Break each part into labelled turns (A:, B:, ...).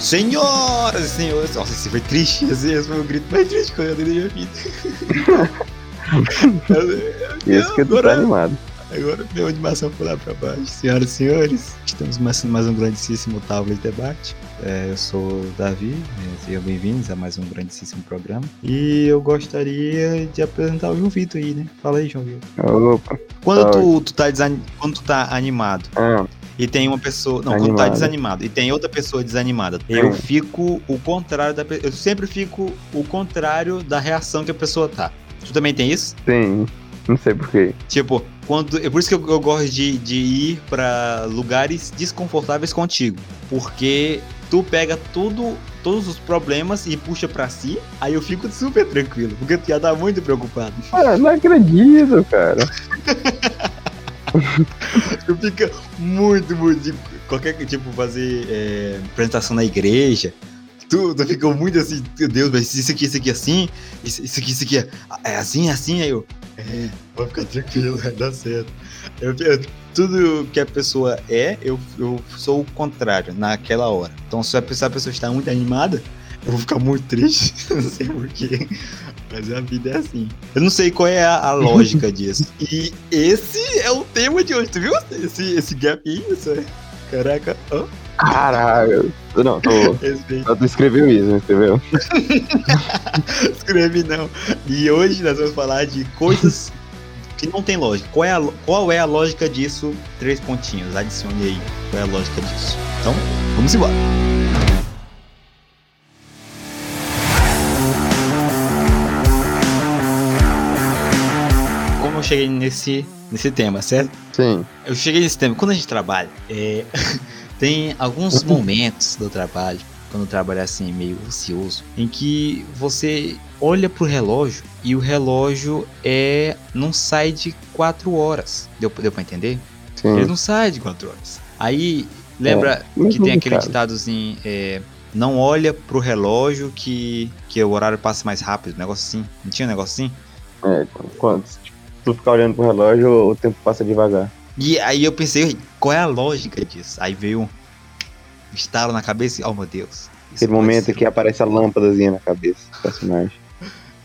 A: Senhoras e senhores! Nossa, esse foi triste, esse foi o grito mais triste que eu já dei na minha vida.
B: Esse que eu tô
A: agora,
B: animado.
A: agora minha animação foi lá pra baixo. Senhoras e senhores, estamos começando mais um grandíssimo Tábua de Debate. É, eu sou o Davi, é, sejam bem-vindos a mais um grandíssimo programa. E eu gostaria de apresentar o João Vitor aí, né? Fala aí, João Vitor.
B: Opa.
A: Quando
B: Salve.
A: tu, tu tá desan- quando tu tá animado,
B: Ah,
A: e tem uma pessoa. Não, quando tá
B: Animado.
A: desanimado e tem outra pessoa desanimada, eu
B: É.
A: fico o contrário da pe- Eu sempre fico o contrário da reação que a pessoa tá. Tu também tem isso?
B: tem. Não sei porquê.
A: Tipo, quando. É por isso que eu, eu gosto de, de ir pra lugares desconfortáveis contigo. Porque tu pega tudo. Todos os problemas e puxa pra si, aí eu fico super tranquilo, porque tu já tá muito preocupado.
B: Ah, não acredito, cara.
A: Tu fica muito, muito. de- Qualquer tipo, fazer é, apresentação na igreja. Tu, tu fica muito assim, meu Deus, mas isso aqui, isso aqui é assim, isso, isso aqui, isso aqui é, é assim, é assim, aí eu. É, vai ficar tranquilo, vai dar certo. Eu- eu- tudo que a pessoa é, eu, eu sou o contrário naquela hora. Então, se a pessoa, a pessoa está muito animada, eu vou ficar muito triste, não sei porquê. Mas a vida é assim. Eu não sei qual é a, a lógica disso. E esse é o tema de hoje, tu viu? Esse, esse gap aí, isso é. Caraca, ó,
B: Caralho. Não, tô.
A: esse daí
B: Tu escreveu isso, não escreveu?
A: não escreve não. E hoje nós vamos falar de coisas que não tem lógica. Qual é a, lo- qual é a lógica disso? Três pontinhos, adicione aí. Qual é a lógica disso? Então, vamos embora. Como eu cheguei nesse, nesse tema, certo?
B: Sim.
A: Eu cheguei nesse tema. Quando a gente trabalha, é, tem alguns momentos do trabalho, quando o trabalho é assim, meio ocioso, em que você olha pro relógio e o relógio é. não sai de 4 horas. Deu, deu pra entender? Ele
B: Sim.
A: não sai de 4 horas. Aí, lembra
B: mas
A: que tem aquele
B: complicado.
A: ditadozinho. É, não olha pro relógio que, que o horário passa mais rápido, um negócio assim. Não tinha um negócio assim?
B: É, quando se tu ficar olhando pro relógio, o tempo passa devagar.
A: E aí eu pensei, qual é a lógica disso? Aí veio um estalo na cabeça e, oh meu Deus. isso
B: Aquele
A: pode
B: momento
A: ser.
B: que aparece a lâmpadazinha na cabeça do personagem.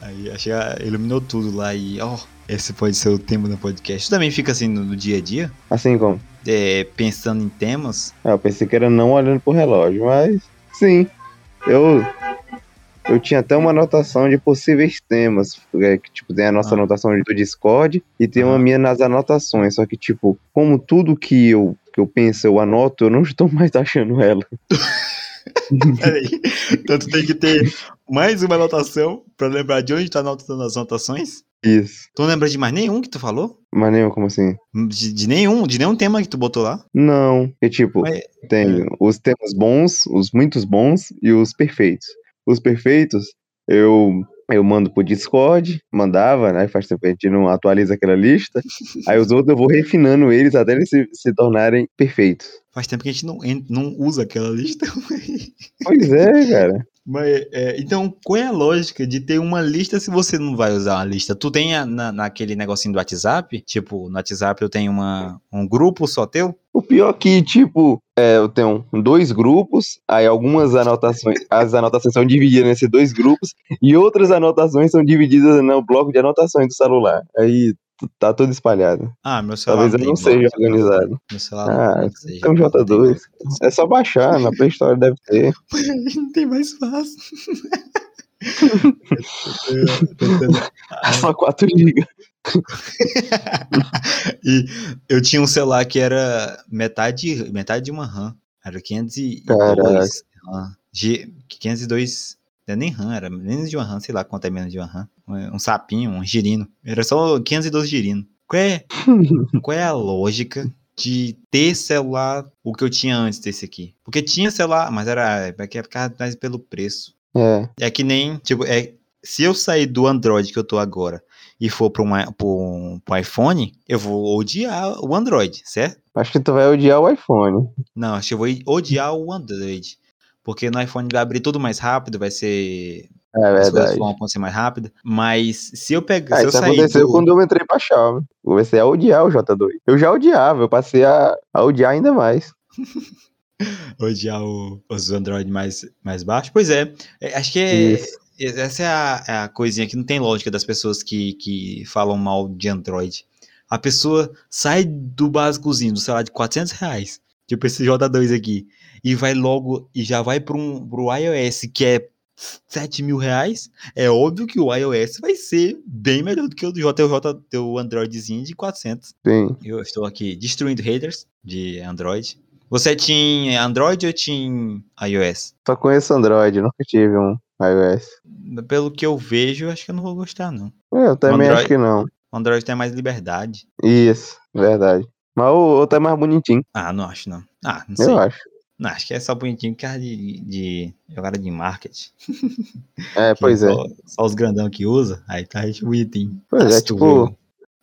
A: Aí achei, ah, iluminou tudo lá e, ó, esse pode ser o tema do podcast. Tu também fica assim no, no dia a dia,
B: Assim como.
A: é, pensando em temas.
B: Ah, eu pensei que era não olhando pro relógio, mas sim. Eu eu tinha até uma anotação de possíveis temas, é, que tipo tem a nossa
A: Ah.
B: anotação do Discord e tem
A: Ah.
B: uma minha nas anotações, só que tipo, como tudo que eu que eu penso, eu anoto, eu não estou mais achando ela.
A: Peraí. Então tu tem que ter mais uma anotação pra lembrar de onde tá anotando as anotações.
B: Isso.
A: Tu não lembra de mais nenhum que tu falou?
B: Mas nem como assim?
A: De, de nenhum, de nenhum tema que tu botou lá?
B: Não, é tipo,
A: Mas-
B: tem os temas bons, os muitos bons e os perfeitos. Os perfeitos, eu eu mando pro Discord, mandava, né? Faz tempo que a gente não atualiza aquela lista. Aí os outros eu vou refinando eles até eles se, se tornarem perfeitos.
A: Faz tempo que a gente não, en- não usa aquela lista.
B: Pois é, cara.
A: Mas, é, então, qual é a lógica de ter uma lista se você não vai usar uma lista? Tu tem a- na, naquele negocinho do WhatsApp? Tipo, no WhatsApp eu tenho uma, um grupo só teu?
B: O pior é que, tipo, é, eu tenho dois grupos, aí algumas anotações, as anotações são divididas nesses dois grupos, e outras anotações são divididas no bloco de anotações do celular. Aí t- tá tudo espalhado.
A: Ah, meu celular.
B: Talvez eu
A: tem
B: não
A: bloco.
B: seja organizado.
A: Meu celular
B: Ah,
A: não seja.
B: tem um J2. É só baixar, na Play Store deve ter.
A: Não tem mais fácil. Eu tô tentando
B: Só 4 GB.
A: E eu tinha um celular que era metade, metade de uma RAM. Era 502
B: Caraca.
A: RAM. G, 502, não é nem RAM, era menos de uma RAM, sei lá quanto é menos de uma RAM. Um, um sapinho, um girino. Era só 512 girino. Qual é, qual é a lógica de ter celular o que eu tinha antes desse aqui? Porque tinha celular, mas era, é que é por causa mais pelo preço.
B: É,
A: É que nem, tipo, é, se eu sair do Android que eu tô agora e for pra, uma, pra um, pro iPhone, eu vou odiar o Android, certo?
B: acho que tu vai odiar o iPhone.
A: Não, acho que eu vou odiar o Android. Porque no iPhone vai abrir tudo mais rápido, vai ser.
B: É
A: as coisas
B: verdade.
A: vão acontecer mais rápido. Mas se eu pegar.
B: Ah,
A: se eu
B: isso
A: sair
B: aconteceu
A: do.
B: quando eu entrei pra Xiaomi. Comecei a odiar o J2. Eu já odiava, eu passei a, a odiar ainda mais.
A: odiar o- os Android mais, mais baixos. Pois é, é, acho que é-
B: Isso.
A: essa é a, é a coisinha que não tem lógica das pessoas que, que falam mal de Android. A pessoa sai do básicozinho, do salário de 400 reais, tipo esse J2 aqui, e vai logo, e já vai para um, pro iOS, que é 7 mil reais, é óbvio que o iOS vai ser bem melhor do que o do J, o teu Androidzinho de 400.
B: Sim.
A: Eu estou aqui destruindo haters de Android. Você tinha Android ou tinha iOS?
B: Só conheço Android, nunca tive um iOS.
A: Pelo que eu vejo, acho que eu não vou gostar, não.
B: É, Eu também
A: Android-
B: acho que não.
A: O Android tem mais liberdade.
B: Isso, verdade. Mas o outro é mais bonitinho,
A: Ah, não acho, não. Ah, não sei.
B: eu acho.
A: Não, acho que é só bonitinho por causa de, de jogada de marketing.
B: É,
A: que
B: pois é.
A: Só, só os grandão que usa, aí tá gente bonitinho.
B: Pois é,
A: Mas tu
B: tipo-
A: viu?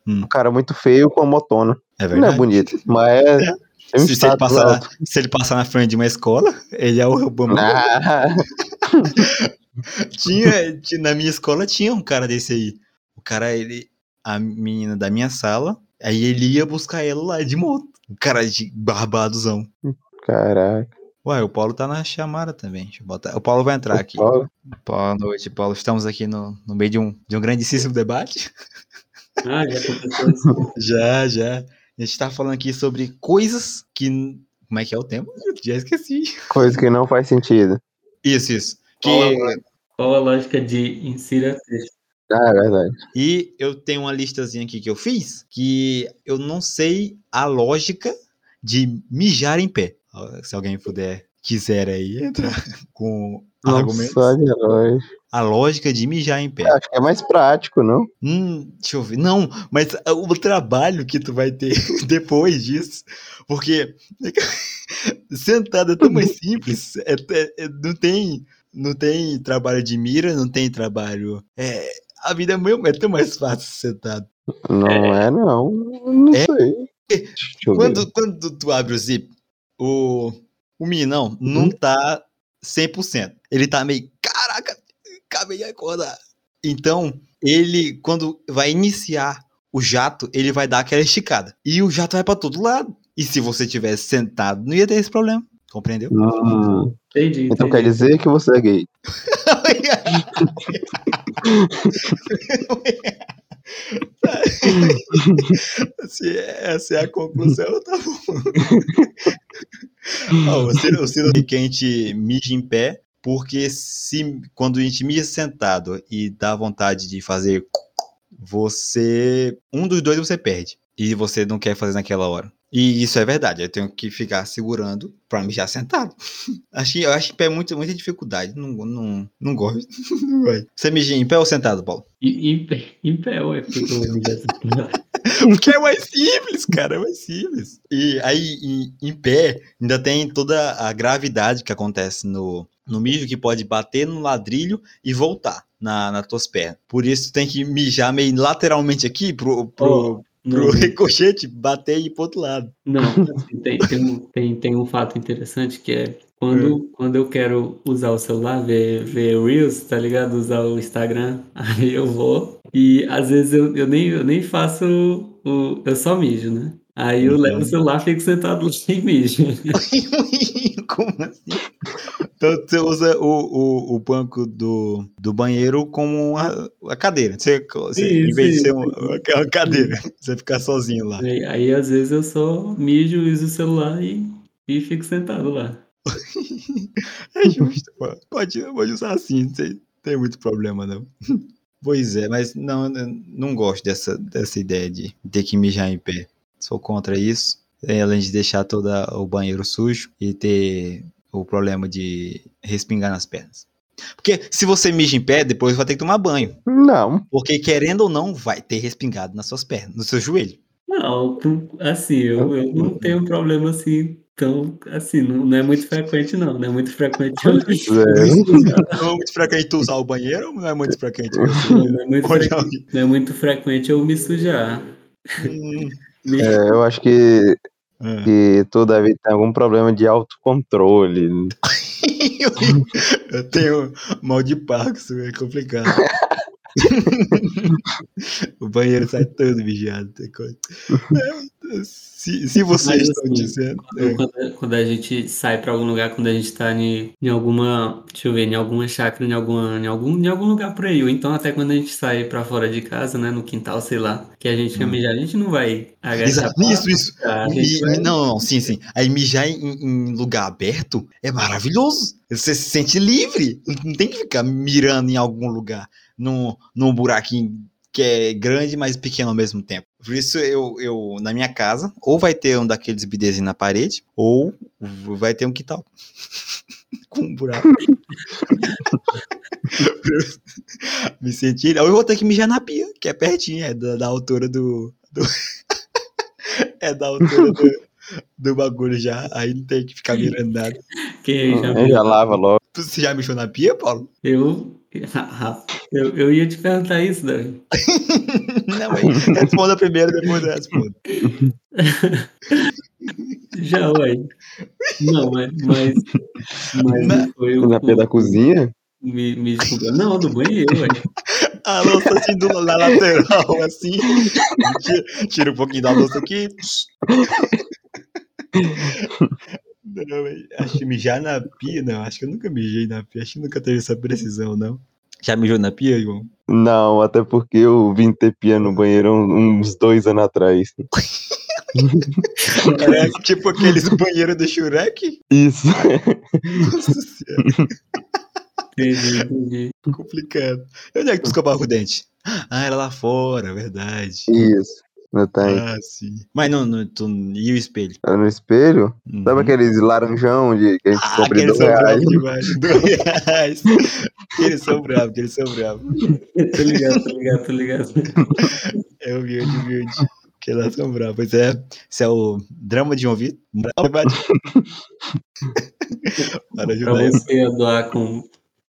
B: Um cara muito feio com a motona.
A: É
B: Não é
A: verdade.
B: bonito, mas é. Tem um
A: Se ele,
B: status
A: passar,
B: alto.
A: se ele passar na frente de uma escola, ele é o Obama.
B: Ah,
A: tinha, ti- na minha escola tinha um cara desse aí. O cara, ele, a menina da minha sala, aí ele ia buscar ela lá de moto. O cara de barbadozão.
B: caraca.
A: Ué, o Paulo tá na chamada também. Deixa eu botar. O Paulo vai entrar aqui.
B: Ó,
A: Boa noite, Paulo. Estamos aqui no, no meio de um, de um grandíssimo debate.
C: Ah, já aconteceu isso.
A: Já, já. A gente tá falando aqui sobre coisas que. n- Como é que é o tema? Eu já esqueci.
B: Coisa que não faz sentido.
A: Isso, isso.
C: Qual é
A: Que,
C: Qual a lógica de insira texto?
B: Ah, é verdade.
A: E eu tenho uma listazinha aqui que eu fiz que eu não sei a lógica de mijar em pé. Se alguém puder, quiser aí entrar com
B: Não
A: argumentos.
B: só de heróis.
A: A lógica de mijar em pé.
B: Acho que é mais prático, não?
A: Hum, deixa eu ver. Não, mas ah, o trabalho que tu vai ter depois disso, porque sentada é tão mais simples, é- é- é- não tem, não tem trabalho de mira, não tem trabalho. é, a vida é, meio- é tão mais fácil sentado.
B: Não é, não. Não
A: É.
B: sei. Deixa eu ver.
A: Quando, quando tu abre o zip, o, o
B: Uhum.
A: meninão não tá 100%. Ele tá meio, caraca, acabei de acordar. Então, ele, quando vai iniciar o jato, ele vai dar aquela esticada. E o jato vai pra todo lado. E se você tivesse sentado, não ia ter esse problema. Compreendeu?
B: Hum,
C: Entendi,
B: Então
C: entendi.
B: quer dizer que você é gay.
A: Se essa é a conclusão, tá bom. Ó, o Ciro, o Ciro diz que a gente mija em pé, porque se, quando a gente mija sentado e dá vontade de fazer, você. Um dos dois você perde. E você não quer fazer naquela hora. E isso é verdade, eu tenho que ficar segurando pra mijar sentado. Acho, que- eu acho que pé é muito, muita dificuldade. Não, não, não gosto. Não gosto. Você mija em pé ou sentado, Paulo?
C: E- Em pé- em pé, ué, porque eu vou me desacordar.
A: Porque é mais simples, cara, é mais simples. E aí, em, em pé, ainda tem toda a gravidade que acontece no, no mijo, que pode bater no ladrilho e voltar na, nas tuas pernas. Por isso, tem que mijar meio lateralmente aqui pro, pro,
C: Não,
A: pro ricochete bater e ir pro outro lado.
C: não, assim, tem, tem, um- tem, tem um fato interessante que é quando, quando eu quero usar o celular, ver, ver Reels, tá ligado? Usar o Instagram, aí eu vou. E às vezes eu, eu, nem, eu nem faço o. Eu só mijo, né? Aí eu
A: Uhum.
C: levo o celular, fico sentado lá e mijo.
A: como assim? Então, você usa o, o, o banco do, do banheiro como uma, uma cadeira. Você, você- em
C: Isso,
A: vez de ser
C: isso.
A: uma, uma cadeira, você fica sozinho lá.
C: Aí, aí, às vezes eu só mijo, uso o celular e, e fico sentado lá.
A: É justo, pô. Pode, pode usar assim, não tem- tem muito problema, não. Pois é, mas não, eu não gosto dessa, dessa ideia de ter que mijar em pé. Sou contra isso. É, Além de deixar todo o banheiro sujo e ter o problema de respingar nas pernas. Porque se você mija em pé, depois vai ter que tomar banho.
B: Não.
A: Porque querendo ou não, vai ter respingado nas suas pernas, no seu joelho.
C: Não, tu- assim, eu, eu não tenho problema assim, então, assim, não, não é muito frequente, não. Não é muito frequente eu
B: Zero.
A: Não é muito frequente tu usar o banheiro ou não é muito frequente
C: não,
A: você
C: não é muito,
A: olhar
C: fre-
A: alguém?
C: não é muito frequente eu me sujar.
A: Hum,
C: Me-
B: É, eu acho que,
A: ah.
B: que toda vez tem algum problema de autocontrole.
A: Eu tenho mal de Parkinson, é complicado. O banheiro sai todo vigiado. tem coisa. É, Se, se vocês
C: Mas,
A: estão
C: assim,
A: dizendo.
C: Quando, quando- quando a gente sai pra algum lugar, quando a gente tá em, em alguma, deixa eu ver, em alguma chácara, em, alguma, em, algum, em algum lugar por aí, ou então até quando a gente sai pra fora de casa, né, no quintal, sei lá, que a gente quer
A: Hum.
C: mijar, a gente não vai agachar
A: Exato,
C: pra
A: é, isso, isso. né?
C: mijar, É, a gente
A: E-
C: vai-
A: e- não, não, sim, sim. Aí mijar em, em lugar aberto é maravilhoso. Você se sente livre. Não tem que ficar mirando em algum lugar, num, num buraquinho que é grande, mas pequeno ao mesmo tempo. Por isso, eu, eu na minha casa, ou vai ter um daqueles bidezinhos na parede, ou vai ter um quintal. Com um buraco. Pra eu Me sentir. Ou eu vou ter que mijar na pia, que é pertinho, é da, da altura do. do- é da altura do, do bagulho já. Aí não tem que ficar mirando nada.
C: Quem já
B: Eu já lava logo.
A: Você já mijou na pia, Paulo?
C: Eu, Rafa, eu, eu ia te perguntar isso, Davi.
A: Não, aí responda primeiro, depois eu respondo.
C: Já, ué. Não, mas, mas, mas
A: Na-
C: foi o-
B: Na pia da cozinha?
C: me, me desculpa. Não, do banheiro, ué.
A: A louça assim do, na lateral, assim. Tira, tira um pouquinho da louça aqui. Não, mas acho que mijar na pia, não. Acho que eu nunca mijei na pia. Acho que nunca teve essa precisão, não. Já mijou na pia, Igor?
B: Não, até porque eu vim ter pia no banheiro um- uns dois anos atrás.
A: Era tipo aqueles banheiros do Shurek?
B: Isso.
A: Nossa senhora,
C: Entendi, entendi.
A: complicado. E onde é que tu escovava o dente? Ah, era lá fora, verdade.
B: Isso. Não tem.
A: Ah, sim. Mas não, não tu, e o espelho?
B: Tá No espelho.
A: Uhum.
B: Sabe aqueles laranjão de, que a gente
A: Ah,
B: compra em
A: aqueles
B: dois
A: são
B: reais?
A: bravos demais. Dois reais. Eles são bravos, eles são bravos.
C: Tô ligado, tô ligado, tô ligado.
A: É humilde, humilde. Que elas são bravos. Pois é, isso é o drama de um ouvido. Para
C: Pra
A: ajudar eles.
C: você doar com,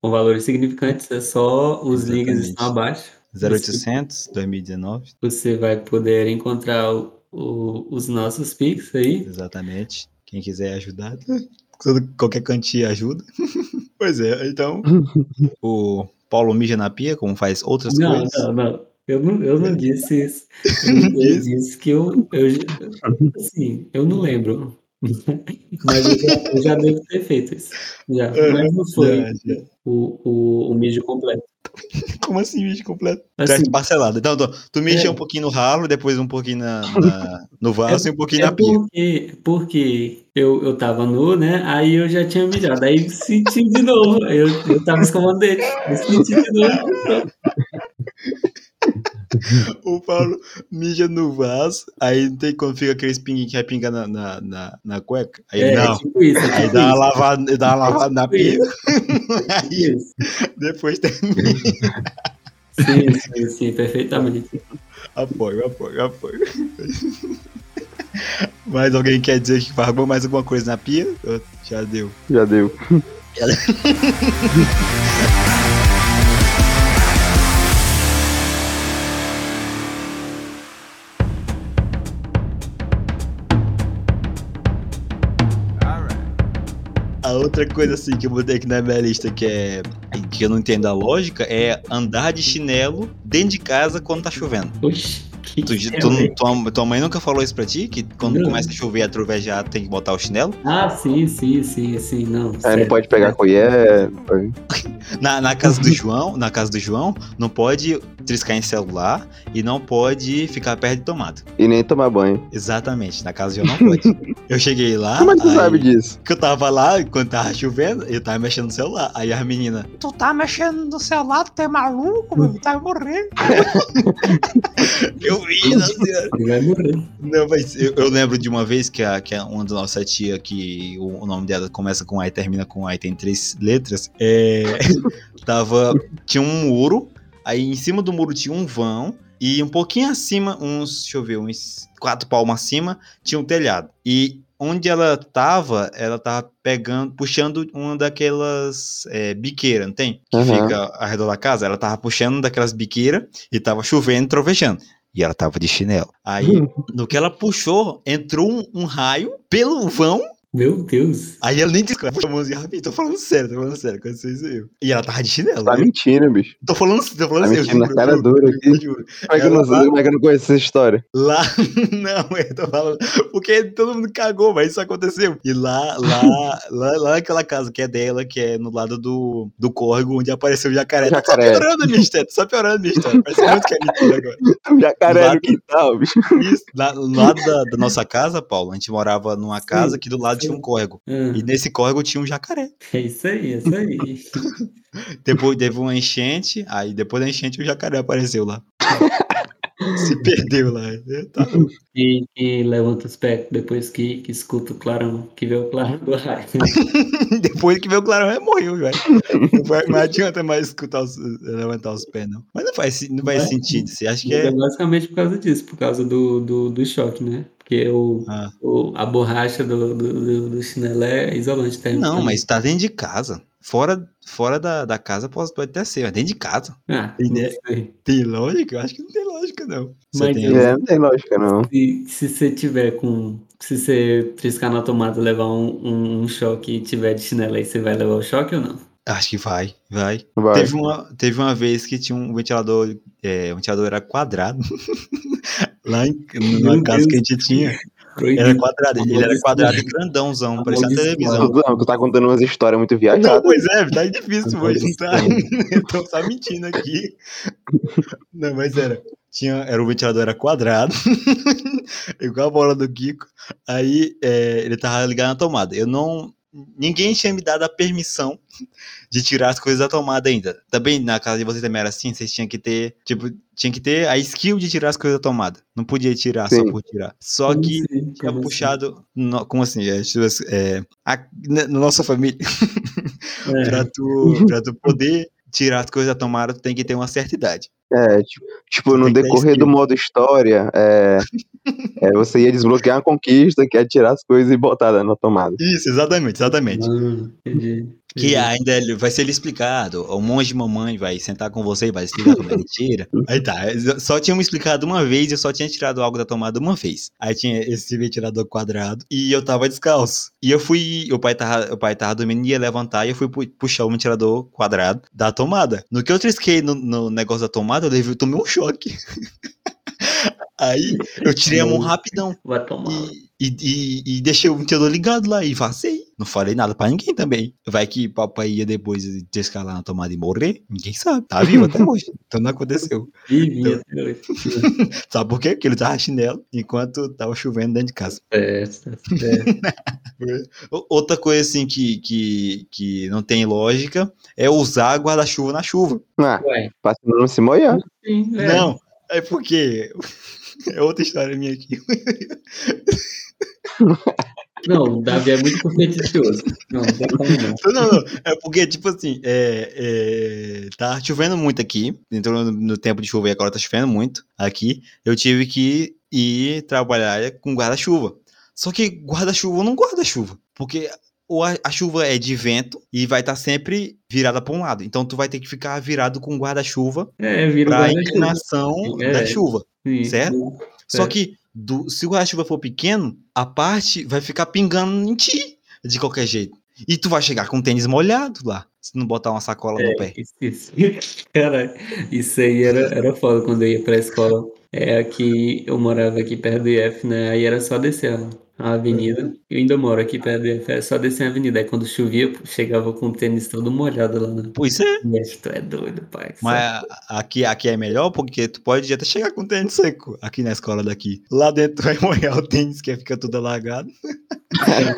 C: com valores significantes, é só os links
A: Exatamente.
C: estão abaixo.
A: 0800, 2019,
C: Você vai poder encontrar o- o- os nossos Pix aí.
A: exatamente. Quem quiser ajudar, todo- qualquer quantia ajuda. Pois é, então, o Paulo mija na pia, como faz outras
C: Não,
A: coisas.
C: não, não. Eu não, eu não disse isso. Eu, eu
A: Disse.
C: disse que eu, eu. Assim, eu não lembro. Mas eu já, eu já devo ter feito isso. Já.
A: É,
C: Mas não foi
A: já, já.
C: O, o, o mijo completo.
A: é, Como assim mijo completo? Traz
C: Assim,
A: parcelado. Então, tu, tu mexe
C: É.
A: um pouquinho no ralo, depois um pouquinho na, na- no vaso e um pouquinho
C: É
A: na pia.
C: porque, porque eu, eu tava nu, né? Aí eu já tinha mijado. Aí senti de novo. Eu, eu tava escovando dele. Eu senti de novo.
A: O Paulo mija no vaso, aí não tem quando fica aquele pinguinho que vai pingar na, na, na, na cueca. Aí
C: É,
A: não.
C: é tipo isso. É
A: Aí
C: tipo
A: dá uma
C: isso.
A: lavada, dá uma lavada na pia,
C: Isso,
A: aí
C: isso.
A: depois tem
C: Sim, sim, sim, perfeitamente.
A: apoio, apoio, apoio. Mais alguém quer dizer que farmou mais alguma coisa na pia? Eu- Já deu.
B: Já deu.
A: A outra coisa assim que eu botei aqui na minha lista que é que eu não entendo a lógica é andar de chinelo dentro de casa quando tá chovendo.
C: Oxi, que
A: Tu,
C: que é,
A: tu-
C: velho?
A: tua, tua mãe nunca falou isso pra ti? Que quando
C: Não.
A: começa a chover e a trovejar, tem que botar o chinelo?
C: Ah, sim, sim, sim, sim. Não,
B: Aí não
C: sério.
B: pode pegar colher. não pode-
A: Na, na casa do João, na casa do João, não pode triscar em celular e não pode ficar perto de tomada.
B: E nem tomar banho.
A: Exatamente, na casa do João não pode. Eu cheguei lá.
B: Como é que tu
A: aí-
B: sabe disso?
A: Que eu tava lá, quando tava chovendo, eu tava mexendo no celular. Aí a menina, tu tá mexendo no celular, tu é maluco, meu, tá morrendo. eu vi, não sei.
C: Ele vai morrer.
A: Não, mas eu, eu lembro de uma vez que, a, que a- uma da nossa tia, que o, o nome dela começa com A e termina com A e tem três letras, é, tava. Tinha um muro, aí em cima do muro tinha um vão, e um pouquinho acima, uns, deixa eu ver, uns quatro palmos acima, tinha um telhado. E onde ela tava, ela tava pegando, puxando uma daquelas é, biqueiras, não tem? Que
B: Aham.
A: fica ao redor da casa. Ela tava puxando uma daquelas biqueiras e tava chovendo, trovejando. E
B: Uhum.
A: ela tava de chinelo. Aí, no que ela puxou, entrou um, um raio pelo vão
C: Meu Deus.
A: Aí ela nem descreve a mãozinha rapidinho. Tô falando sério, tô falando sério. Aconteceu isso aí. E ela tava de chinelo. né?
B: Tá
A: viu?
B: mentindo, bicho.
A: Tô falando, tô falando
B: Tá
A: sério.
B: mentindo na cara dura aqui.
A: juro.
B: Como é que eu não,
A: Ela-
B: como é que eu não conheço essa história?
A: Lá, não, eu tô falando. Porque todo mundo cagou, mas isso aconteceu. E lá, lá, lá, lá naquela casa que é dela, que é no lado do, do córrego onde apareceu o jacaré. Tá só
B: Jacaré.
A: piorando a minha história, tá só piorando a minha história. Parece muito que é mentira agora.
B: Um Jacaré
A: Lá-
B: no quintal, bicho.
A: Isso, lá, do lado da, da nossa casa, Paulo, a gente morava numa casa que do lado tinha um córrego.
C: Ah,
A: E nesse córrego tinha um jacaré.
C: é isso aí, é isso aí.
A: Depois teve uma enchente, aí depois da enchente o jacaré apareceu lá. Se perdeu lá. Tá louco.
C: Quem, quem levanta os pés depois que, que escuta o clarão, que vê o clarão do raio.
A: Depois que veio o Clarão, ele morreu, velho. Não, vai- não adianta mais escutar os- levantar os pés, não. Mas não faz, sen- não faz
C: Vai.
A: sentido. Você acha que
C: Mas é
A: é.
C: basicamente por causa disso, por causa do, do, do choque, né? Porque o,
A: Ah.
C: o- a borracha do, do, do, do chinelo é isolante térmico.
A: Não,
C: né?
A: mas tá dentro de casa. Fora, fora da, da casa pode, pode até ser, mas dentro de casa.
C: Ah,
A: Tem
C: não
A: ideia?
C: sei.
A: Tem lógica? Eu acho que não tem lógica, não. Você
C: Mas
A: tem um
C: eu-
A: algum-
B: É, não tem lógica, não.
C: Se, se você tiver com. Se você triscar na tomada, levar um, um, um choque e tiver de chinelo aí, você vai levar o choque ou não?
A: Acho que vai, vai.
B: Vai.
A: Teve, uma, teve uma vez que tinha um ventilador. É, o ventilador era quadrado. Lá em, numa
C: Meu
A: casa que a
C: Deus.
A: gente tinha. Era
C: Proibido.
A: quadrado. Ele era
C: Amaldiçoado.
A: quadrado e grandãozão, parecia uma
C: Amaldiçoado.
A: televisão.
B: Não, tu tá contando umas histórias muito
A: Não,
B: viajadas.
A: pois é, tá difícil hoje, não tá?
B: Aconteceu.
A: Então tá mentindo aqui. Não, mas era. Tinha, era o ventilador era quadrado, igual a bola do Kiko. Aí é, ele tava ligado na tomada. Eu não. Ninguém tinha me dado a permissão de tirar as coisas da tomada ainda. Também na casa de vocês também era assim, vocês tinham que ter, tipo, tinha que ter a skill de tirar as coisas da tomada. Não podia tirar só
B: Sim.
A: por tirar. Só
C: Como
A: que
C: assim?
A: tinha
C: Como assim?
A: puxado. no- como assim? É, tipo assim, é, a- na- na nossa família
C: É.
A: pra tu, pra tu poder tirar as coisas da tomada, tu tem que ter uma certa idade.
B: É, tipo, tipo, no
A: Tem que dar
B: decorrer
A: skill.
B: do modo história, é, é, você ia desbloquear uma conquista, que é tirar as coisas e botar na tomada.
A: Isso, exatamente, exatamente.
C: Mano, entendi.
A: Que
C: entendi.
A: ainda ele- vai ser lhe explicado. O monge mamãe vai sentar com você e vai explicar como ele tira. Aí tá, só tinha me explicado uma vez, eu só tinha tirado algo da tomada uma vez. Aí tinha esse ventilador quadrado e eu tava descalço. E eu fui, o pai tava, o pai tava dormindo, ia levantar e eu fui pu- puxar o ventilador quadrado da tomada. No que eu trisquei no, no negócio da tomada, eu levei- eu tomei um choque. Aí eu tirei a mão rapidão.
C: Vai tomar.
A: E, e- e- e deixei o ventilador ligado lá e vacei. Não falei nada pra ninguém também. Vai que papai ia depois descalar na tomada e morrer? Ninguém sabe. Tá vivo até hoje. Então não aconteceu.
C: Vivi
A: Então-
C: até hoje.
A: Sabe por quê? Porque ele tava chinelo enquanto tava chovendo dentro de casa.
C: É, tá certo.
A: O- Outra coisa assim que, que, que não tem lógica é usar guarda-chuva na chuva.
B: Ah,
C: Ué,
B: pra não se molhar.
C: sim, é.
A: Não, é porque. É outra história minha aqui.
C: Não, o Davi é muito competitivo. Não, não tem como não.
A: Não, não, não. É porque, tipo assim, é, é, tá chovendo muito aqui. Entrou no, no tempo de chuva e agora tá chovendo muito aqui. Eu tive que ir trabalhar com guarda-chuva. Só que guarda-chuva não guarda-chuva. Porque ou a, a chuva é de vento e vai estar sempre virada para um lado. Então tu vai ter que ficar virado com guarda-chuva
C: É, vira
A: para a
C: guarda-chuva.
A: inclinação
C: É.
A: da chuva.
C: Sim.
A: certo? Só
C: É.
A: que do- se o guarda-chuva for pequeno, a parte vai ficar pingando em ti, de qualquer jeito. E tu vai chegar com o tênis molhado lá, se não botar uma sacola no pé.
C: Isso, isso. Cara, isso aí era, era foda quando eu ia pra escola. É aqui, eu morava aqui perto do IF, né? Aí era só descer a, a avenida. Eu ainda moro aqui perto do IF, era só descer a avenida. Aí quando chovia, pô, chegava com o tênis todo molhado lá né? no
A: Pois é,
C: IF. Tu é doido, pai.
A: mas aqui, aqui é melhor porque tu pode até chegar com o tênis seco aqui na escola daqui. Lá dentro tu vai molhar o tênis que fica tudo alagado.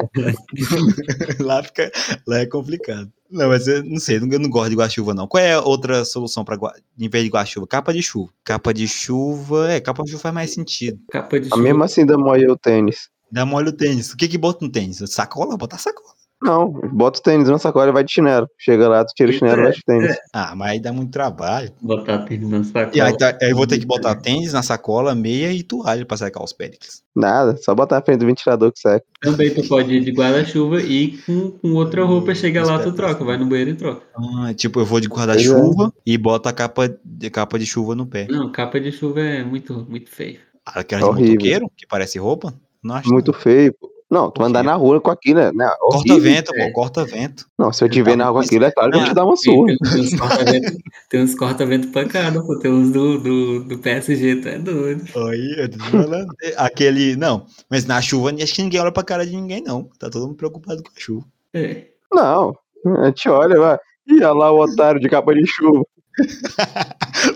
A: lá, fica, lá é complicado. Não, mas eu não sei, eu não- eu não gosto de guarda-chuva não. Qual é a outra solução para em vez de guarda-chuva? Capa de chuva. Capa de chuva, é, capa de chuva faz mais sentido.
C: Capa de
B: Mas
C: chuva.
B: mesmo assim ainda molha o tênis.
A: Dá mole o tênis. O que que bota no tênis? Sacola? Botar sacola.
B: Não, bota o tênis na sacola e vai de chinelo. Chega lá, tu tira o chinelo e vai de tênis.
A: Ah, mas aí dá muito trabalho.
C: Botar tênis na sacola.
A: E aí, tá- aí eu vou ter que botar tênis na sacola, meia e toalha pra secar os péricles.
B: Nada, só botar a frente do ventilador que é seca.
C: Também tu pode ir de guarda-chuva e com, com
A: Hum,
C: outra roupa, chega lá, tu troca. Vai no banheiro e troca.
A: Ah, tipo, eu vou de
B: é.
A: guarda-chuva e boto a capa de, capa de chuva no pé.
C: Não, capa de chuva é muito, muito feio.
A: Ah, Aquela de
B: Horrível.
A: motoqueiro, que parece roupa? Não acho.
B: Muito feio, pô. Não, tu andar na rua com aquilo, né? né,
A: Corta
B: horrível.
A: vento, pô, corta vento.
B: Não, se eu te ver na rua com aquilo, é claro que eu vou te dar uma
C: Tem,
B: surra.
C: tem uns corta-vento- tem uns corta-vento pancada, pô. Tem uns do, do, do PSG, tu é doido.
A: Aí, eu tô te falando. Aquele. Não, mas na chuva acho que ninguém olha pra cara de ninguém, não. Tá todo mundo preocupado com a chuva.
C: É.
B: Não, a gente olha, vai. Ih, olha lá o otário de capa de chuva.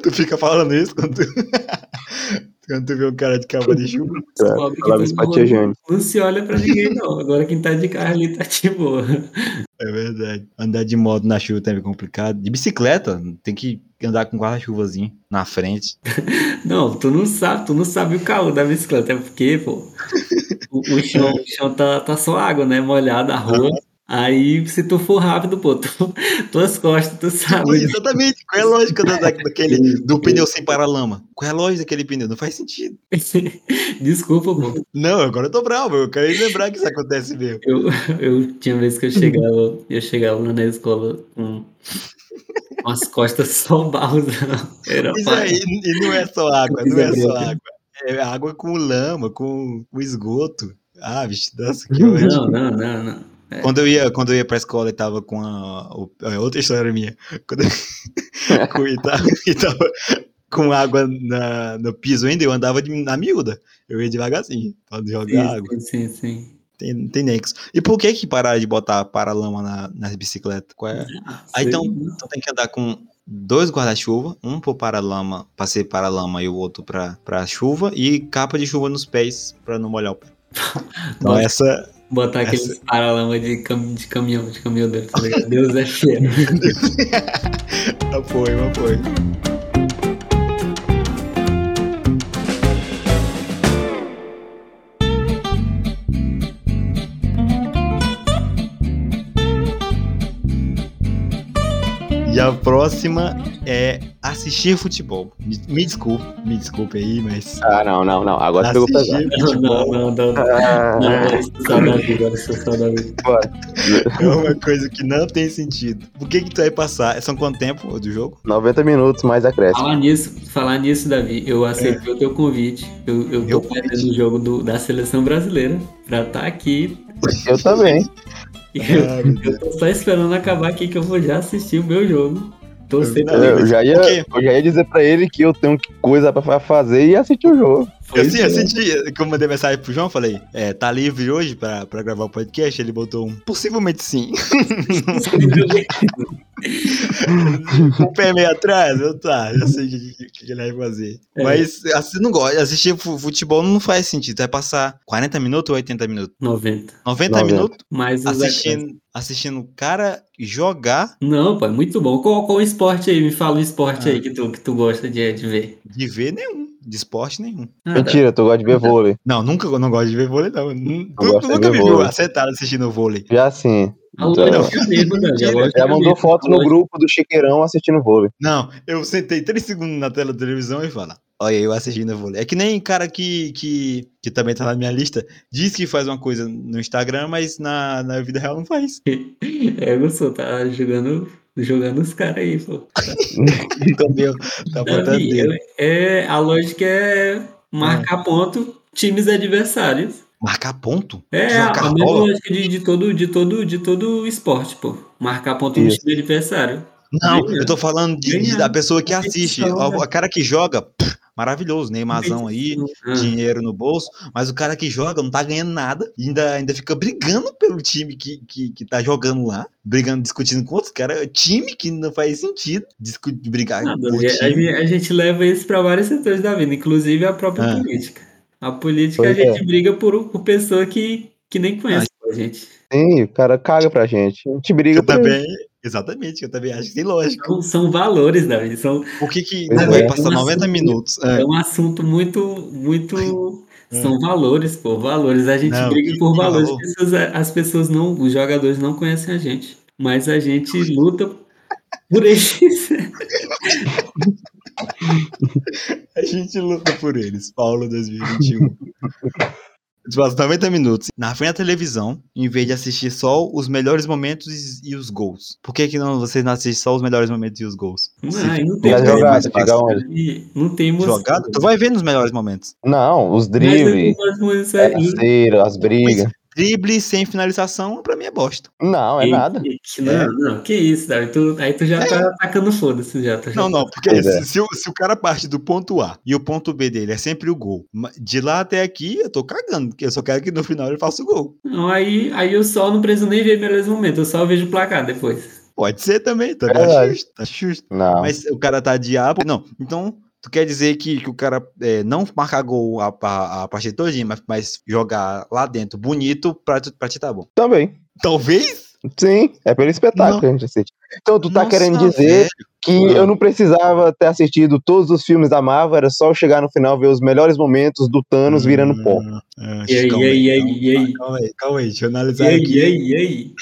A: tu fica falando isso quando tu, quando tu vê um cara de capa de chuva.
C: Os
B: Tá,
C: pobres que
B: falava
C: tão
B: isso pra
C: no
B: tia
C: rolê
B: Jane.
C: Não se olha pra ninguém, não. Agora quem tá de carro ali tá de boa.
A: É verdade. Andar de moto na chuva também é complicado. De bicicleta, tem que andar com guarda-chuvazinho na frente.
C: Não, tu não sabe, tu não sabe o calor da bicicleta, é porque, pô, o, o chão, o chão tá, tá só água, né? Molhada a rua. Aí, se tu for rápido, pô, tu, tuas costas, tu
A: Pois,
C: sabe.
A: Exatamente. Qual é a lógica da, da- daquele, do pneu sem paralama? Qual é a lógica daquele pneu? Não faz sentido.
C: Desculpa, pô.
A: Não, agora eu tô bravo. Eu quero lembrar que isso acontece mesmo.
C: Eu, eu tinha vez que eu chegava, eu chegava lá na escola com, com as costas só barro. não. Era
A: Isso
C: pai.
A: aí, e não é só água,
C: Camisa
A: não é só
C: branca.
A: água. É água com lama, com o esgoto. Ah, bicho, nossa, que ódio.
C: Não, não, não, não.
A: Quando eu ia, quando eu ia pra escola e tava com a. o- é outra história minha. Quando eu, com- e tava, e tava com água na- no piso ainda, eu andava de- na miúda. Eu ia devagarzinho, pra não jogar água.
C: Sim, sim, sim.
A: Tem, não tem nexo. E por que que pararam de botar paralama na, nas bicicletas? Qual é? Ah, então, então tem que andar com dois guarda-chuva, um pro paralama, pra ser paralama e o outro pra, pra chuva, e capa de chuva nos pés pra não molhar o pé. Então
C: Nossa.
A: essa,
C: Botar
A: Essa-
C: aqueles paralama de, cam- de caminhão, de caminhão dele, tá ligado? Deus é fiel.
A: Apoio, apoio. E a próxima é assistir futebol. Me, me desculpe, me desculpe aí, mas.
B: Ah, não, não, não.
A: Tá
B: Agora pegou pesado.
A: Assistir
C: Não, não,
A: futebol
C: não, não. não.
B: Ah,
C: Agora isso é só da vida, agora isso é só da vida.
A: é uma coisa que não tem sentido. O que que tu vai passar? São quanto tempo do jogo?
B: 90 minutos mais
A: É.
B: acréscimo.
C: Falar nisso, falar nisso, Davi, eu aceitei o teu convite. Eu, eu
A: Meu
C: tô perdendo o jogo do- da seleção brasileira pra estar aqui.
B: Eu também.
C: E eu,
A: Ah, meu
C: eu tô só esperando acabar aqui que eu vou já assistir o meu jogo. Tô
A: Eu-
C: sempre.
A: Não,
B: Eu já, ia,
A: Ok.
B: eu já ia dizer pra ele que eu tenho que- coisa pra fazer e assistir o jogo.
A: Eu,
C: Foi
A: sim, assim, eu
B: é.
C: isso, né?
A: senti, que eu mandei mensagem pro João, falei, é, tá livre hoje pra, pra gravar o podcast? Ele botou um, possivelmente sim, com o Um pé meio atrás, eu tá, já sei o que, que- que ele vai fazer.
C: É.
A: Mas, assim, não gosta, assistir fu- futebol não faz sentido, vai passar 40 minutos ou 80 minutos?
C: 90.
A: 90,
B: 90.
A: minutos
C: Mais os acréscimos.
A: assistindo, assistindo o cara jogar
C: Não, pô, é muito bom. Qual, qual o esporte aí? Me fala o esporte
A: Ah.
C: aí que tu, que tu gosta de, de ver.
A: de ver nenhum, de esporte nenhum.
C: Ah,
B: Mentira, tu gosta de ver vôlei.
A: Não, nunca, eu não gosto de ver vôlei, não. Nu- Tu,
B: gosto
A: tu
B: de
A: nunca
B: ver
A: me viu
B: vôlei.
A: acertado assistindo vôlei.
B: Já sim.
C: A lógica
B: Então,
C: mesmo, né?
A: Mentira,
C: A lógica
B: já mandou
C: mesmo.
B: foto
C: A
B: no
C: lógica-
B: grupo do Chiqueirão assistindo vôlei.
A: Não, eu sentei três segundos na tela da televisão e fala. Olha, eu assistindo vôlei. É que nem cara que, que, que também tá na minha lista, diz que faz uma coisa no Instagram, mas na, na vida real não faz.
C: É, eu sou, tá jogando, jogando os caras aí, pô.
A: Entendeu? Tá botando
C: Davi,
A: dedo.
C: é, é- a lógica é marcar
A: Ah.
C: ponto times adversários.
A: Marcar ponto?
C: É a,
A: Jogar
C: a mesma
A: bola?
C: lógica de, de todo, de, todo, de todo esporte, pô. Marcar ponto no
B: Isso.
C: time adversário.
A: Não,
C: Ganhar.
A: eu tô falando de- de- da
C: Ganhar.
A: pessoa que assiste.
C: Competição,
A: O- A, cara que joga, pff, maravilhoso, Neymarzão aí,
C: Ah,
A: dinheiro no bolso, mas o cara que joga não tá ganhando nada e ainda, ainda fica brigando pelo time que, que, que tá jogando lá, brigando, discutindo com outros caras, time que não faz sentido discu- brigar
C: Não,
A: por
B: é,
C: Davi, a,
A: time.
C: gente, a gente leva isso para vários setores da vida, inclusive a própria
A: Ah. é.
C: política. A política
B: Pois
C: a gente briga por, por pessoa que, que nem conhece
A: Ah,
C: a gente.
B: Sim, o cara caga pra gente. A gente briga
A: Eu
B: pra ele.
A: também, exatamente, eu também acho que tem lógica.
C: Então, são valores, Davi. São,
A: Por que, que
B: Pois
A: não
B: é.
A: vai passar
C: Um
A: 90
C: assunto-
A: minutos? É,
C: é um assunto muito. muito são valores, pô, valores. A gente
A: Não,
C: briga
A: que-
C: por
A: que
C: valores.
A: valor?
C: As pessoas, as pessoas não. Os jogadores não conhecem a gente. Mas a gente luta por eles.
A: A gente luta por eles, Paulo 2021. Tipo, aos 90 minutos na frente da televisão, em vez de assistir só os melhores momentos e, e os gols. Por que, que não, vocês não assistem só os melhores momentos e os gols? Se
C: Não, e não tem
A: Fica
B: Mas
C: emoção,
A: aí mais
B: jogada,
A: fácil.
B: fica onde?
C: e Não tem emoção.
A: Jogada? Tu vai ver nos melhores momentos.
B: Não, os
C: Mas eu
B: dribles, É,
C: não gosto muito disso aí.
B: parceiro, as brigas.
A: drible sem finalização, pra mim é bosta.
B: Não, é
C: Que-
B: nada.
C: que- Não, não, que isso, Davi. Tu, aí tu já tá atacando foda-se já. tu já
A: Não,
C: tá-
A: não, porque
B: Pois
A: se,
B: é.
A: se o, se o cara parte do ponto A e o ponto B dele é sempre o gol, ma- de lá até aqui eu tô cagando, porque eu só quero que no final ele faça o gol.
C: Não, aí, aí eu só não preciso nem ver melhores momentos, eu só vejo o placar depois.
A: Pode ser também, também
B: Verdade.
A: acho justo, acho justo.
B: Não.
A: Mas o cara tá de A, pro- não. Então, tu quer dizer que, que o cara é, não marcar gol a, a, a partida todinha, mas, mas jogar lá dentro bonito pra, tu- pra ti tá bom.
B: Também.
A: Talvez?
B: Sim, é pelo espetáculo
A: Não.
B: que a gente assiste. Então, tu tá
A: Nossa,
B: querendo dizer
A: velho.
B: que
A: Não.
B: eu não precisava ter assistido todos os filmes da Marvel, era só eu chegar no final ver os melhores momentos do Thanos virando pó.
A: Hum, ah,
C: E aí,
A: calma
C: e aí, e aí,
A: calma
C: e aí?
A: Calma aí, calma aí, deixa eu
C: E
A: analisar
C: aí,
A: aqui.
C: e aí, e aí?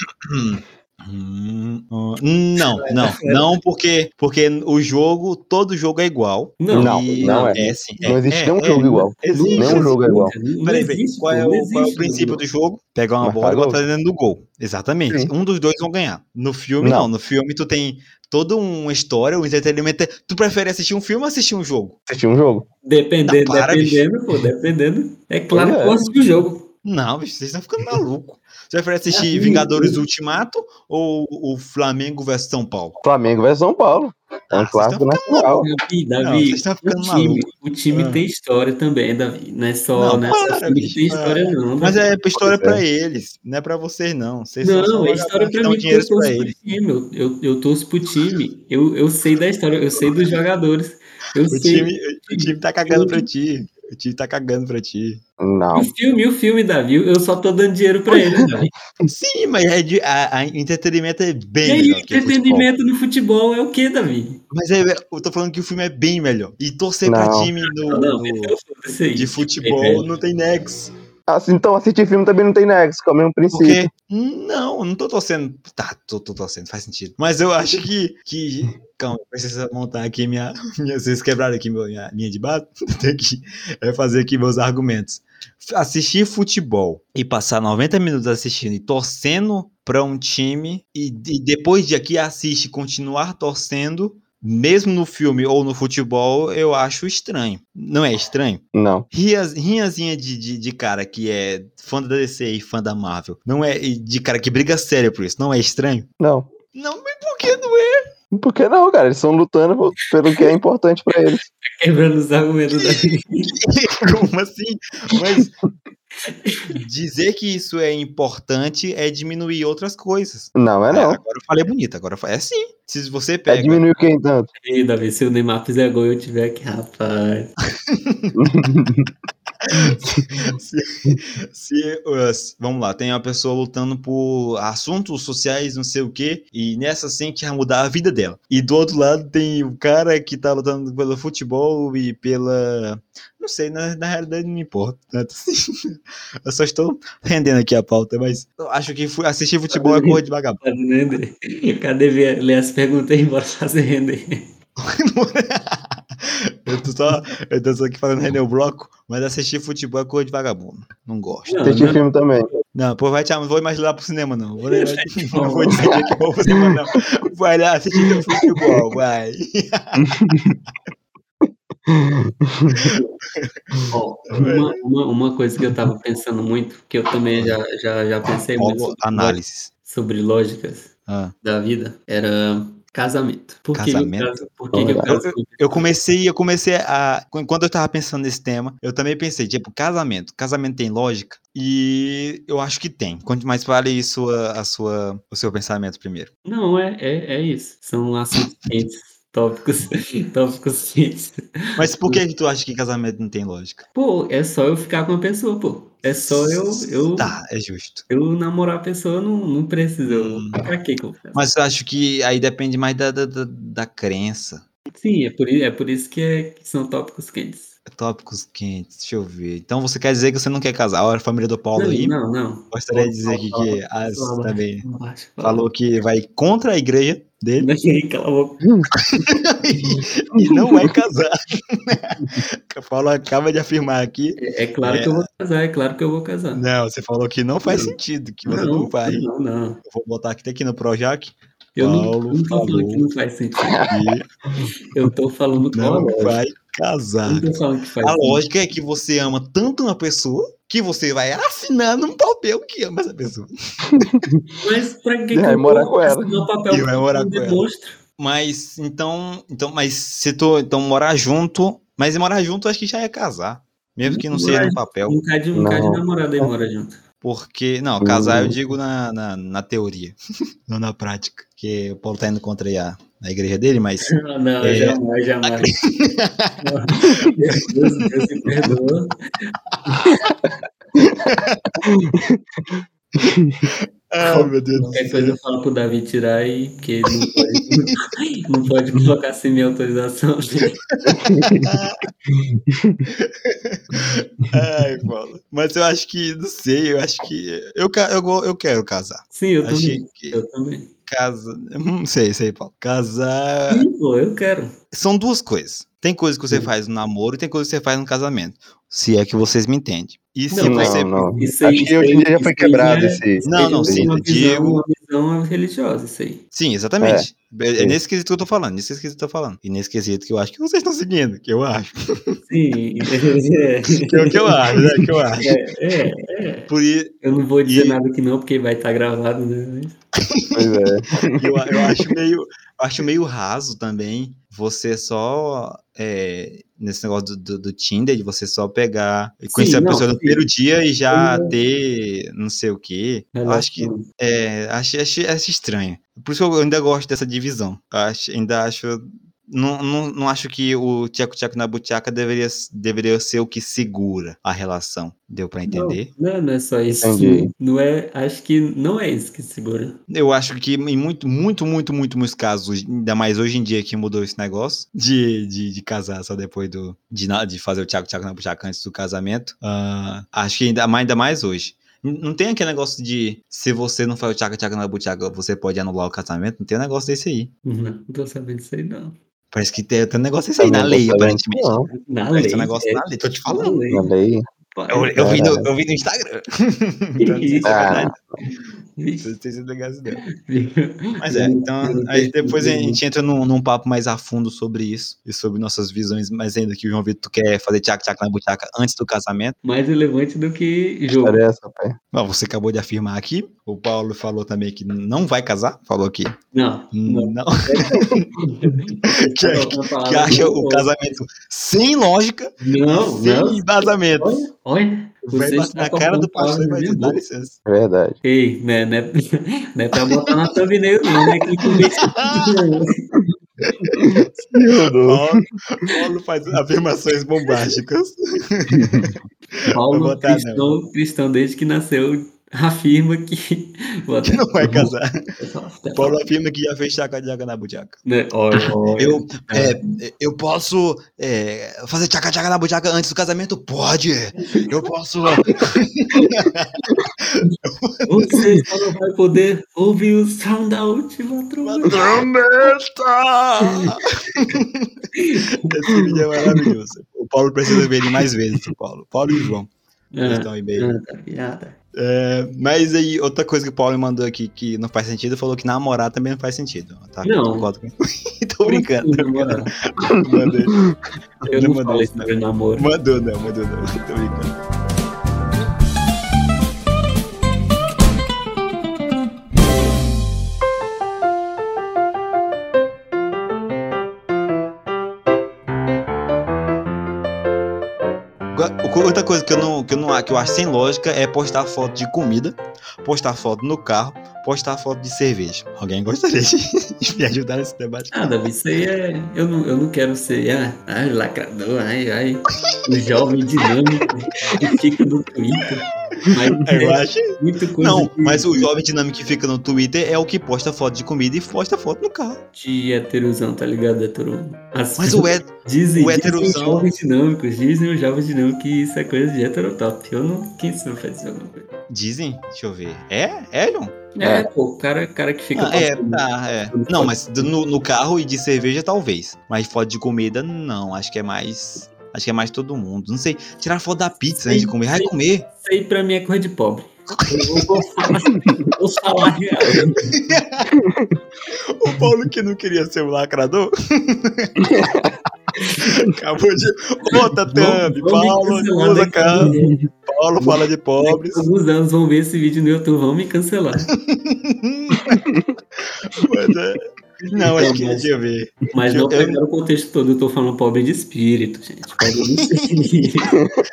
A: Hum, hum, não, não, não, porque, porque o jogo, todo jogo é igual.
C: Não,
B: Não,
A: E-
B: não é.
A: sim,
B: Não existe nenhum
A: é.
B: jogo igual.
A: Existe.
B: Nenhum jogo é igual.
C: Não
A: Peraí, peraí,
C: existe,
A: qual, é
C: não
A: o, qual é o
C: existe,
A: princípio
C: não.
A: do jogo? Pegar uma
B: Marcar
A: bola e
B: gol.
A: botar dentro do gol. Exatamente.
B: Sim.
A: Um dos dois vão ganhar. No filme, não.
B: Não.
A: No filme, tu tem toda uma história, um entretenimento. Tu prefere assistir um filme ou assistir um jogo?
B: Assistir um jogo.
C: Dependendo,
A: Não, Tá, para, bicho.
C: dependendo, pô, dependendo. É claro
B: Pois
C: que
B: é.
C: eu assisto o jogo.
A: Não, bicho, vocês estão ficando malucos. Você prefere assistir
B: É.
C: Assim,
A: Vingadores Ultimato ou o Flamengo versus São Paulo?
B: Flamengo vai São Paulo. É um
A: Ah, vocês
B: clássico
A: tão
B: nacional.
C: Davi,
A: Não,
C: Davi,
A: vocês estão
C: o
A: ficando
C: time,
A: malucos.
C: o time
A: Ah.
C: tem história também, Davi. Não é só,
A: Não,
C: não é só
A: para,
C: time que
A: bicho,
C: tem
A: para.
C: história, não.
A: Mas
C: Davi.
A: é pra história
B: Pois é.
A: pra eles, não é pra vocês, não. Vocês são só
C: Não, é história
A: vagabundos que
C: pra
A: dão
C: mim, porque eu
A: dinheiro
C: torço
A: pra
C: pro
A: eles.
C: time. Eu, eu, eu torço pro time. Eu, eu sei da história, eu sei dos jogadores. Eu
A: O
C: sei.
A: time, o time tá cagando pra ti. O time tá cagando pra ti.
B: Não.
C: O filme, o filme, Davi, eu só tô dando dinheiro pra ele, Davi.
A: Sim, mas é de, a, a entretenimento é
C: E
A: bem
C: aí,
A: melhor. que o futebol.
C: entretenimento no futebol é o quê, Davi?
A: Mas é, eu tô falando que o filme é bem melhor. E torcer pra
B: Não.
A: time no-
C: Não, não,
A: no-
C: eu sou desse aí.
A: de
C: É, é.
A: futebol não tem nexo.
B: Assim, então assistir filme também não tem nexo, que é o mesmo princípio.
A: Porque, não, eu não tô torcendo. Tá, tô, tô torcendo, faz sentido. Mas eu acho que. que calma, eu preciso montar aqui minha, minha. Vocês quebraram aqui meu- minha linha de bate. Tenho que é, fazer aqui meus argumentos. F- Assistir futebol e passar 90 minutos assistindo e torcendo pra um time e, e depois de aqui assiste continuar torcendo. Mesmo no filme ou no futebol, eu acho estranho. Não é estranho?
B: Não.
A: Rias- Rinhazinha de, de, de cara que é fã da DC e fã da Marvel. Não é e de cara que briga sério por isso. Não é estranho?
B: Não.
A: Não, mas por que não é?
B: Por que não, cara? Eles estão lutando pelo- pelo que é importante pra eles.
C: Quebrando os argumentos da
A: Como assim? Mas dizer que isso é importante é diminuir outras coisas.
B: Não, é
A: É,
B: não.
A: agora eu falei bonito, agora eu falei. É sim. Se você
B: É
A: pega.
B: diminuir quem tanto.
C: Ei, Davi, se o Neymar fizer gol, eu tiver aqui, rapaz.
A: se, se, uh, s- vamos lá, tem uma pessoa lutando por assuntos sociais, não sei o que, e nessa sim que vai mudar a vida dela. E do outro lado tem o cara que tá lutando pelo futebol e pela. Não sei, na, na realidade não me importa tanto assim. Eu só estou rendendo aqui a pauta, mas eu acho que fu- assistir futebol é correr de vagabundo.
C: Cadê o André? Cadê ver- ler as perguntas e bora fazer render?
A: eu, tô só, eu tô só aqui falando render o bloco, mas assistir futebol é correr de vagabundo. Não gosto.
C: Não,
B: Assistir filme também.
A: Não, pô, vai te não vou mais lá pro cinema, não. Vou, levar- não vou dizer que é bom pro cinema, não. Vai lá assistir teu futebol, vai.
C: Ó, uma, uma, uma coisa que eu tava pensando muito, que eu também já, já, já pensei muito
A: Ó,
C: sobre,
A: análise.
C: sobre lógicas
A: Ah.
C: da vida, era casamento. Por que
A: Casamento?
C: Que eu caso, por que que eu caso?
A: Eu comecei, eu comecei a. Quando eu tava pensando nesse tema, eu também pensei, tipo, casamento. Casamento tem lógica? E eu acho que tem. Quanto mais vale isso, a, a sua, o seu pensamento primeiro.
C: Não, é, é, é isso. São assuntos quentes, tópicos, tópicos quentes.
A: Mas por que, que tu acha que casamento não tem lógica?
C: Pô, é só eu ficar com a pessoa, pô. É só eu, eu,
A: Tá, é justo.
C: eu namorar a pessoa, eu não, não preciso.
A: Hum.
C: Eu, pra que que eu faço?
A: Mas eu acho que aí depende mais da, da, da, da crença.
C: Sim, é por, i- é por isso que, é- que são tópicos quentes.
A: Tópicos quentes, deixa eu ver. Então você quer dizer que você não quer casar? Olha, a família do Paulo
C: Não,
A: aí.
C: não, não.
A: Gostaria de dizer
C: Paulo,
A: aqui
C: Paulo,
A: que as
C: Paulo.
A: também
C: Abaixo,
A: falou que vai contra a igreja dele
C: Daí, cala a boca.
A: e não vai casar. O Paulo acaba de afirmar aqui.
C: É é claro que eu vou casar, é claro que eu vou casar.
A: Não, você falou que não faz
C: Não.
A: sentido, que você não, vai.
C: Não, não.
A: Eu vou botar aqui, tá aqui no Projac.
C: Eu não,
A: Paulo
C: eu não tô falando
A: falou.
C: que não faz sentido.
A: E
C: Eu tô
A: não
C: falando qual é a lógica.
A: vai Casar.
C: Não tô falando que faz
A: A
C: isso.
A: lógica é que você ama tanto uma pessoa que você vai assinando um papel que ama essa pessoa.
C: Mas pra que
B: É,
C: que eu
B: morar
C: vou
B: com ela.
C: assinar um papel
A: E vai morar
C: que
A: com
C: não
A: ela.
C: demonstra?
A: Mas então, então, mas se tu então morar junto, mas morar junto acho que já é casar, mesmo que não
C: Morar
A: seja no
C: junto.
A: papel,
C: Um cara de, um cara de
B: Não.
C: namorada aí mora junto.
A: porque não, casar eu
B: Hum.
A: digo na, na, na teoria, não na prática, porque o Paulo tá indo contra aí a, a igreja dele, mas
C: Não, não,
A: É.
C: jamais, jamais. Deus, Deus me perdoa.
A: ah, meu Deus do
C: Qualquer coisa eu falo pro Davi tirar aí, porque não pode, não pode colocar sem minha autorização.
A: Ai, Paulo. Mas eu acho que, não sei, eu acho que. Eu, ca- eu, go- eu quero casar.
C: Sim, eu também.
A: Achei que
C: Eu também.
A: casa. Não sei, sei, Paulo. Casar.
C: Sim, pô, eu quero.
A: São duas coisas. Tem coisa que você faz no namoro e tem coisa que você faz no casamento. Se é que vocês me entendem. E se
C: Não,
A: você.
B: não, não.
C: Isso aí,
B: Acho que hoje em dia já foi
C: isso aí
B: quebrado
C: é-
B: esse.
A: Não, não,
C: Ele tem
A: sim,
C: Uma
A: eu
C: visão,
A: digo-
C: uma visão religiosa, isso aí.
A: Sim, exatamente. É, é
B: sim.
A: nesse quesito que eu tô falando, nesse quesito que eu tô falando. E nesse quesito que eu acho que vocês estão seguindo, que eu acho.
C: Sim, é.
A: Que é o que eu acho, né? Que eu acho.
C: É, é.
A: Por isso,
C: Eu não vou dizer
A: E-
C: nada que não, porque vai estar gravado, né?
B: Pois é.
A: eu, eu acho meio eu acho meio raso também você só é, nesse negócio do, do, do Tinder de você só pegar e conhecer
C: não,
A: a pessoa no
C: sim.
A: primeiro dia e já
C: Eu-
A: ter não sei o quê. Eu acho que
C: assim,
A: é, acho, acho, acho estranho. Por isso que eu ainda gosto dessa divisão. Eu Acho, ainda acho não, não, não acho que o Tchaco Tchaco na Butiaca deveria, deveria ser o que segura a relação. Deu pra entender?
C: Não, não é só isso.
B: Entendi.
C: Não é, acho que não é isso que segura.
A: Eu acho que em muito, muito, muito, muito, muitos casos, ainda mais hoje em dia que mudou esse negócio de, de, de casar só depois do. de, na- de fazer o Tchaco Tchaco na Puxaca antes do casamento. ah, acho que ainda mais, ainda mais hoje. N- Não tem aquele negócio de se você não faz o tchaca tchaca na butiaca, você pode anular o casamento? Não tem um negócio desse aí.
C: Não tô sabendo isso aí, não.
A: Parece que tem, tem um negócio desse aí na
B: Não tô
A: lei,
B: sabendo,
A: aparentemente.
B: Não,
C: Na
A: Parece
C: lei.
A: que tem um negócio
C: é,
A: na lei, tô te
C: na
A: falando.
C: lei,
B: na lei.
C: pai.
A: Eu, eu vi, no, eu vi no Instagram. Então, não sei se é
B: Ah.
A: verdade,
C: Vixe,
A: não sei se é legal isso não. Mas
C: Mas
A: é, então aí depois a gente entra num, num papo mais a fundo sobre isso e sobre nossas visões, mas ainda que o João Vitor quer fazer tchac tchac na butaca antes do casamento.
C: Mais relevante do que jogo.
B: Olha essa, pai.
A: Bom, você acabou de afirmar aqui. O Paulo falou também que não vai casar, falou aqui.
C: Não, não. é
A: Não, que, que-
C: Uma palavra
A: que acha
C: boa.
A: o casamento sem lógica,
C: Não,
A: sem
C: não.
A: embasamento.
C: Olha, olha.
A: Vai
C: Você
A: bater
C: está
A: na cara do pastor
C: colocando palavras
A: e vai
C: na
A: dizer,
C: minha
A: dá
C: boca.
A: licença.
B: É Verdade.
C: Ei, né, né, né pra botar na thumbnail, não, né? Que começo.
B: Meu
A: Paulo, Paulo faz afirmações bombásticas. Vou
C: Paulo,
A: botar, não.
C: cristão, cristão desde que nasceu, afirma que. Vou até-
A: Que não vai casar.
C: Até-
A: Paulo afirma que já fez tchaca tchaca na butaca.
C: Né, olha, olha.
A: Eu, é, eu posso é, fazer tchaca tchaca na bujaca antes do casamento? Pode! Eu posso.
C: Você só não vai poder ouvir o sound da última tromba.
A: Trombeta! Esse vídeo é maravilhoso. O Paulo precisa ver ele mais vezes, o Paulo. Paulo e o João. Eles
C: Ah,
A: estão aí bem.
C: nada, nada.
A: É, mas aí, outra coisa que o Paulo me mandou aqui que não faz sentido, falou que namorar também não faz sentido. Tá?
C: Não.
A: Concordo com ele. Tô brincando.
C: Eu, namoro.
A: Mandei.
C: eu não
A: mandei
C: falo
A: isso,
C: isso sobre namoro.
A: Mandou não, mandou não. Tô brincando. Agora, o co- Outra coisa que eu não, que eu não que eu acho sem lógica é postar foto de comida, postar foto no carro, postar foto de cerveja. Alguém gostaria de de me ajudar nesse debate?
C: Ah, Davi, isso aí é. Eu não, eu não quero ser. Ah, ai, lacrador, ai, ai. O jovem dinâmico que fica no Twitter. Mas
A: Eu
C: é
A: acho.
C: muito coisa
A: Não,
C: de,
A: mas o jovem dinâmico que fica no Twitter é o que posta foto de comida e posta foto no carro.
C: de heterosão, tá ligado? Hetero... As-
A: Mas o, Ed,
C: dizem,
A: o
C: dizem os
A: heterosão-
C: jovens dinâmicos, dizem os jovens dinâmicos que isso é coisa de heterotop. Eu não. Quem se faz isso? Eu não-
A: Dizem? Deixa eu ver. É? É, John?
C: É,
B: É.
C: pô, o cara, cara que fica. né?
A: Ah, é,
C: postando-
A: tá, é. Não, mas do- no, no carro e de cerveja, talvez. Mas foto de comida, não. Acho que é mais. Acho que é mais todo mundo. Não sei. Tirar foto da pizza antes de comer. Vai comer.
C: Isso aí pra mim é coisa de pobre. Eu vou falar, vou falar real.
A: O Paulo que não queria ser um lacrador. Acabou de. Ô, Tatame,
C: Vamos- vamos
A: Paulo,
C: cancelar
A: usa
C: daqui a
A: casa.
C: pouco.
A: Paulo fala de pobres.
C: Alguns anos vão ver esse vídeo no YouTube, vão me cancelar.
A: Mas, é, Não, acho que deixa eu ver.
C: Mas
A: Eu
C: não
A: tenho-
C: pegaram o contexto todo, eu tô falando pobre de espírito, gente. Pobre de espírito.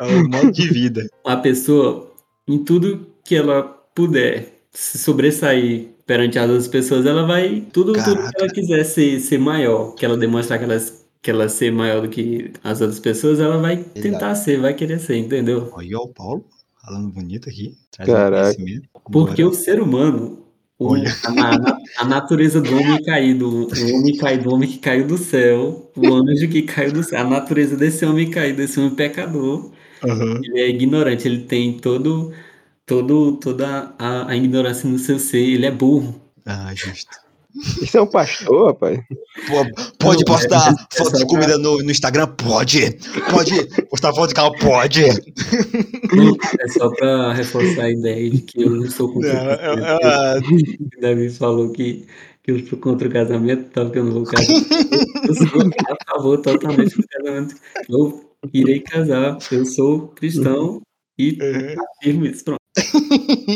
A: É o modo de vida.
C: a pessoa, em tudo que ela puder se sobressair perante as outras pessoas, ela vai. Tudo, tudo que
A: Caraca.
C: ela quiser ser, ser maior, que ela demonstrar que ela, que ela ser maior do que as outras pessoas, ela vai tentar ser, vai querer ser, entendeu?
A: Olha o Paulo falando bonito aqui.
B: Caraca.
C: Porque
A: eu
C: o ser humano. o-
A: Olha.
C: a, na- a natureza do homem caído, o homem caído, o homem que caiu do céu, o anjo que caiu do céu, a natureza desse homem caído, desse homem pecador, Ele é ignorante, ele tem todo, todo, toda a, a ignorância no seu ser, ele é burro.
A: Ah, justo.
B: Isso é um pastor, rapaz.
A: Pô, Pode
C: Não,
A: postar
C: é- é
A: foto
C: só
A: de
C: pra-
A: comida no, no Instagram? Pode. Pode. Postar foto de carro? Pode.
C: É só pra reforçar a ideia de que eu não é, sou contra
A: é,
C: o casamento. O Davi falou que, que eu sou contra o casamento, tal, que eu não vou casar. Eu sou a favor totalmente do casamento. Eu irei casar, eu sou cristão e
A: Uhum.
C: afirmo isso. Pronto.
A: é,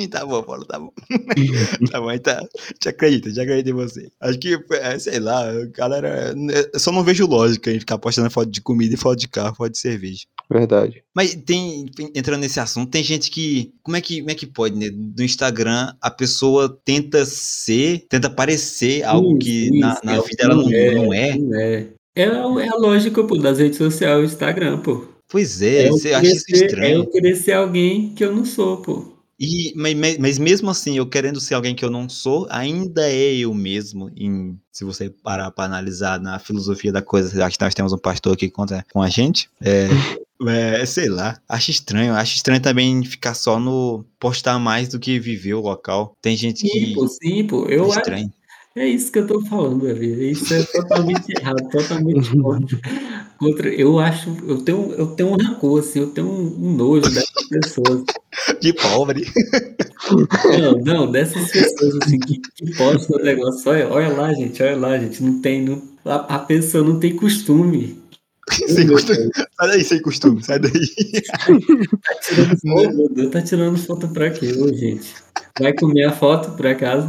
A: tá bom, Paulo, tá bom. tá bom, então. Te acredito, te acredito em você. Acho que, é, sei lá, galera. Eu só não vejo lógica em ficar postando foto de comida e foto de carro, foto de cerveja.
B: Verdade.
A: Mas tem, tem- entrando nesse assunto, tem gente que. Como é que, como é que pode, né? No Instagram, a pessoa tenta ser, tenta parecer algo que
C: Isso,
A: na,
C: isso,
A: na vida ela não
C: é,
A: não é.
C: É, é, a- é a lógica pô, das redes sociais, o Instagram, pô.
A: Pois é,
C: eu
A: você acha
C: querer
A: isso
C: ser-
A: estranho.
C: é eu querer ser alguém que eu não sou, pô.
A: E, mas, mas- mas mesmo assim, eu querendo ser alguém que eu não sou, ainda é eu mesmo. em- se você parar para analisar na filosofia da coisa, acho que nós temos um pastor aqui contra, com a gente. É, é, sei lá, acho estranho. Acho estranho também ficar só no postar mais do que viver o local. Tem gente
C: Sim,
A: que
C: pô, sim, pô. Eu
A: é
C: acho,
A: estranho.
C: é isso que eu tô falando, Davi. Isso é totalmente errado, totalmente contra. contra- Eu acho, eu tenho, eu tenho um rancor, assim, eu tenho um, um nojo dessas pessoas.
A: De pobre.
C: Não, não, dessas pessoas assim que, que postam o negócio. Olha, olha lá, gente, olha lá, gente. Não tem, não, a, a pessoa não tem costume.
A: sem costume. Sai daí, sem costume. Sai daí.
C: Tá tirando foto, meu Deus, tá tirando foto pra quê, ô, gente? Vai comer a foto pra casa?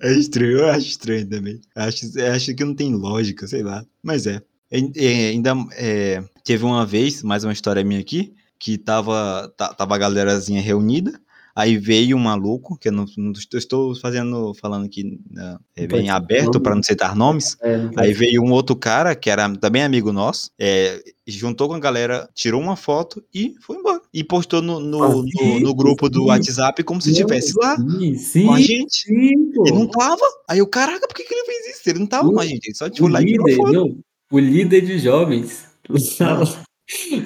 A: É estranho, eu acho estranho também. Acho, é, acho que não tem lógica, sei lá. Mas é. Ain- é, ainda é, teve uma vez, mais uma história minha aqui, que tava, ta- tava a galerazinha reunida. Aí veio um maluco, que eu não, não estou- estou fazendo, falando aqui né, é,
C: Pode
A: bem
C: citar
A: aberto
C: nome.
A: para não citar nomes.
C: É, não
A: Aí veio um outro cara, que era também amigo nosso, é, juntou com a galera, tirou uma foto e foi embora. E postou no, no-
C: Ah,
A: no-
C: sim,
A: no grupo do
C: sim.
A: WhatsApp como se
C: Não,
A: estivesse lá
C: Sim,
A: com a
C: sim,
A: gente.
C: sim, pô.
A: Ele não tava. Aí eu, caraca, por que, que ele fez isso? Ele não tava
C: O-
A: com a gente. Ele só
C: o,
A: tirou lá e tirou
C: líder,
A: foto.
C: não, o líder de jovens. lá-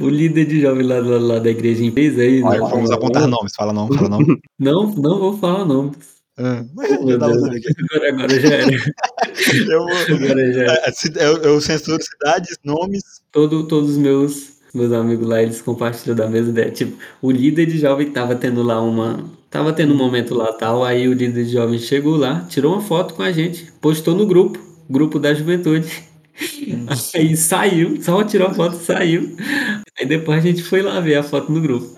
C: o líder de jovens lá, lá, lá da igreja em fez aí.
A: Aí
C: lá-
A: vamos
C: lá-
A: apontar nomes. Fala não, fala não.
C: Não, não vou falar nome.
A: Ah,
C: Oh,
A: já
C: meu
A: tava
C: Deus.
A: sabendo que- é
C: Agora, agora já era.
A: eu, vou-
C: Agora já era.
A: é, ci- eu, eu censuro cidades, nomes.
C: Todo, todos os meus, meus amigos lá, eles compartilham da mesma ideia. Tipo, o líder de jovem tava tendo lá uma. Tava tendo um momento lá tal. Aí o líder de jovem chegou lá, tirou uma foto com a gente, postou no grupo, grupo da juventude. Aí saiu, só tirou a foto e saiu. Aí depois a gente foi lá ver a foto no grupo.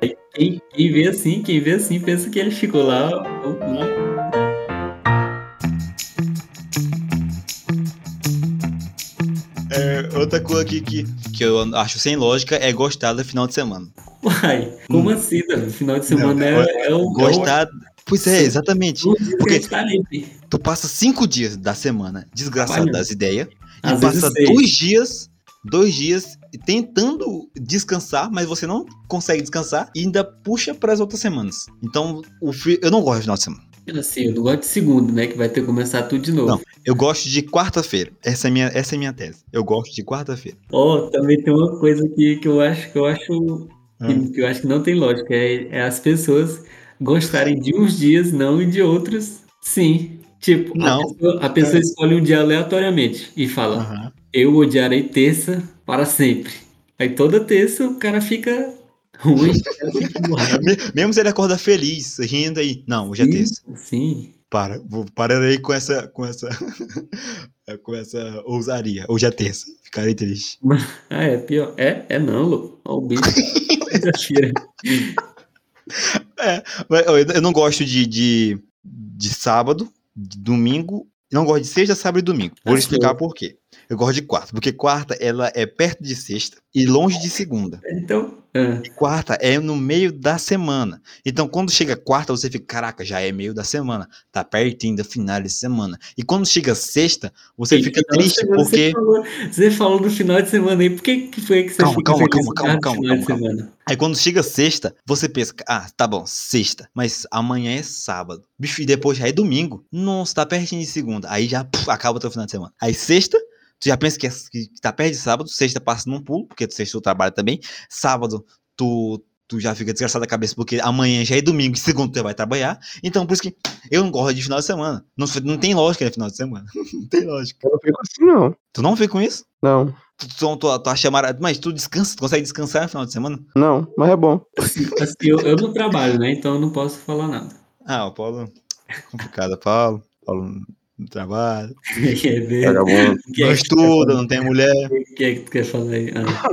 C: Aí quem, quem vê assim, quem vê assim, pensa que ele ficou lá. lá.
A: É, outra coisa aqui que, que eu acho sem lógica é gostar do final de semana.
C: Uai, como assim, Davi? Final de semana
A: Hum. Não,
C: é, é o.
A: Gostar. Pois é, exatamente.
C: É o, é o dia que a
A: Porque
C: gente tá livre.
A: tu passa cinco dias da semana desgraçado
C: Trabalhando.
A: das ideias. E
C: Às
A: passa
C: vezes seis.
A: dois dias, dois dias tentando descansar, mas você não consegue descansar e ainda puxa para as outras semanas. Então, o fi- eu não gosto de final de semana.
C: Assim, eu não gosto de segundo, né? Que vai ter que começar tudo de novo.
A: Eu gosto de quarta-feira. Essa é minha, essa é minha tese. Eu gosto de quarta-feira.
C: Ó, também tem uma coisa que, que eu acho que eu acho
A: Hum.
C: que, que eu acho que não tem lógica. É, é as pessoas gostarem de uns dias, não, e de outros, sim. Tipo, a
A: Não. É. Ah.
C: pessoa, a pessoa escolhe um dia aleatoriamente e fala,
A: Aham.
C: eu odiarei terça para sempre. Aí toda terça o cara fica ruim, o cara fica emburrado.
A: Me- Mesmo se ele acorda feliz, rindo aí. Não, hoje é terça.
C: Sim,
A: Para, vou, pararei com essa, com essa é com essa ousadia. Hoje é terça. Ficarei triste.
C: Ah, é pior. É, é não, Lu. Ó, o bicho. Terça-feira.
A: É, mas eu eu não gosto de, de, de sábado, de domingo. Não gosto de sexta, sábado e domingo. Vou
C: Ah,
A: explicar por quê. Eu gosto de quarta, porque quarta ela é perto de sexta e longe de segunda.
C: Então, ah,
A: E quarta é no meio da semana. Então, quando chega quarta, você fica, caraca, já é meio da semana. Tá pertinho do final de semana. E quando chega sexta, você
C: e
A: fica
C: final de
A: triste
C: semana,
A: porque.
C: Você falou, você falou do final de semana aí. Por que, que foi que você
A: Calma,
C: ficou
A: calma,
C: feliz
A: calma, calma,
C: no
A: calma,
C: final de
A: calma,
C: semana?
A: Aí quando chega sexta, você pensa, ah, tá bom, sexta, mas amanhã é sábado. Bicho, e depois já é domingo. Nossa, tá pertinho de segunda. Aí já puf, acaba o teu final de semana. Aí sexta, tu já pensa que, é, que tá perto de sábado, sexta passa num pulo, porque sexta tu trabalha também. Sábado, tu, tu já fica desgraçado da cabeça, porque amanhã já é domingo e segunda tu já vai trabalhar. Então, por isso que eu não gosto de final de semana. Não, não tem lógica no final de semana. não tem lógica.
B: Eu não fico assim, não.
A: Tu não fica com isso?
B: Não,
A: Tu, tu, tu, tu acha mara... Mas tu descansa, tu consegue descansar no final de semana?
B: não, mas é bom.
C: Assim, assim, eu, eu não trabalho, né? Então eu não posso falar nada.
A: Ah, o Paulo. Complicado, Paulo. Paulo não trabalha.
C: Quer ver?
B: Vagabundo.
C: O que
A: Não
C: é que tu quer
A: estuda,
C: falar?
A: não tem mulher.
C: O que é que tu quer falar aí? Ah,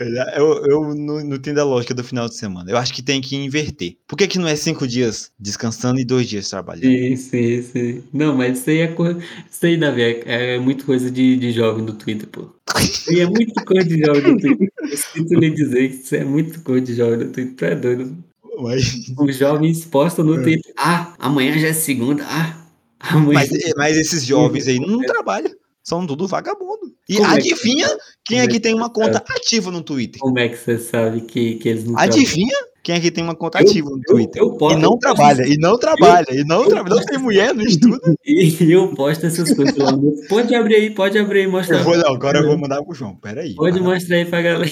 A: é, Eu, eu não, não entendo a lógica é do final de semana. Eu acho que tem que inverter. Por que, que não é cinco dias descansando e dois dias trabalhando?
C: sim, sim, sim. Não, mas isso aí é coisa. Isso aí, Davi, é, é muito coisa de, de jovem do Twitter, pô. Isso aí é muito coisa de jovem do Twitter. Eu sinto lhe dizer que isso é muito coisa de jovem do Twitter. Tu é doido.
A: Mas,
C: O jovem exposta no
A: É.
C: Twitter. Ah, amanhã já é segunda. Ah, amanhã.
A: mas, é, mas esses jovens aí não trabalham. São tudo vagabundo. E
C: é Como é que-
A: adivinha quem
C: como é
A: aqui
C: que
A: tem uma conta ativa no Twitter?
C: Como é que você sabe que, é que eles não
A: Adivinha quem aqui tem uma conta
C: Eu-
A: ativa no Twitter?
C: Eu, eu posto,
A: E não
C: eu posto
A: trabalha, e não trabalha, e não
C: eu-
A: trabalha. Não tem mulher, não estuda.
C: E eu posto essas coisas lá no meu. Pode abrir aí, pode abrir aí, mostra.
A: Eu vou, não, agora eu vou mandar pro João. Peraí.
C: Pode mostrar aí pra galera.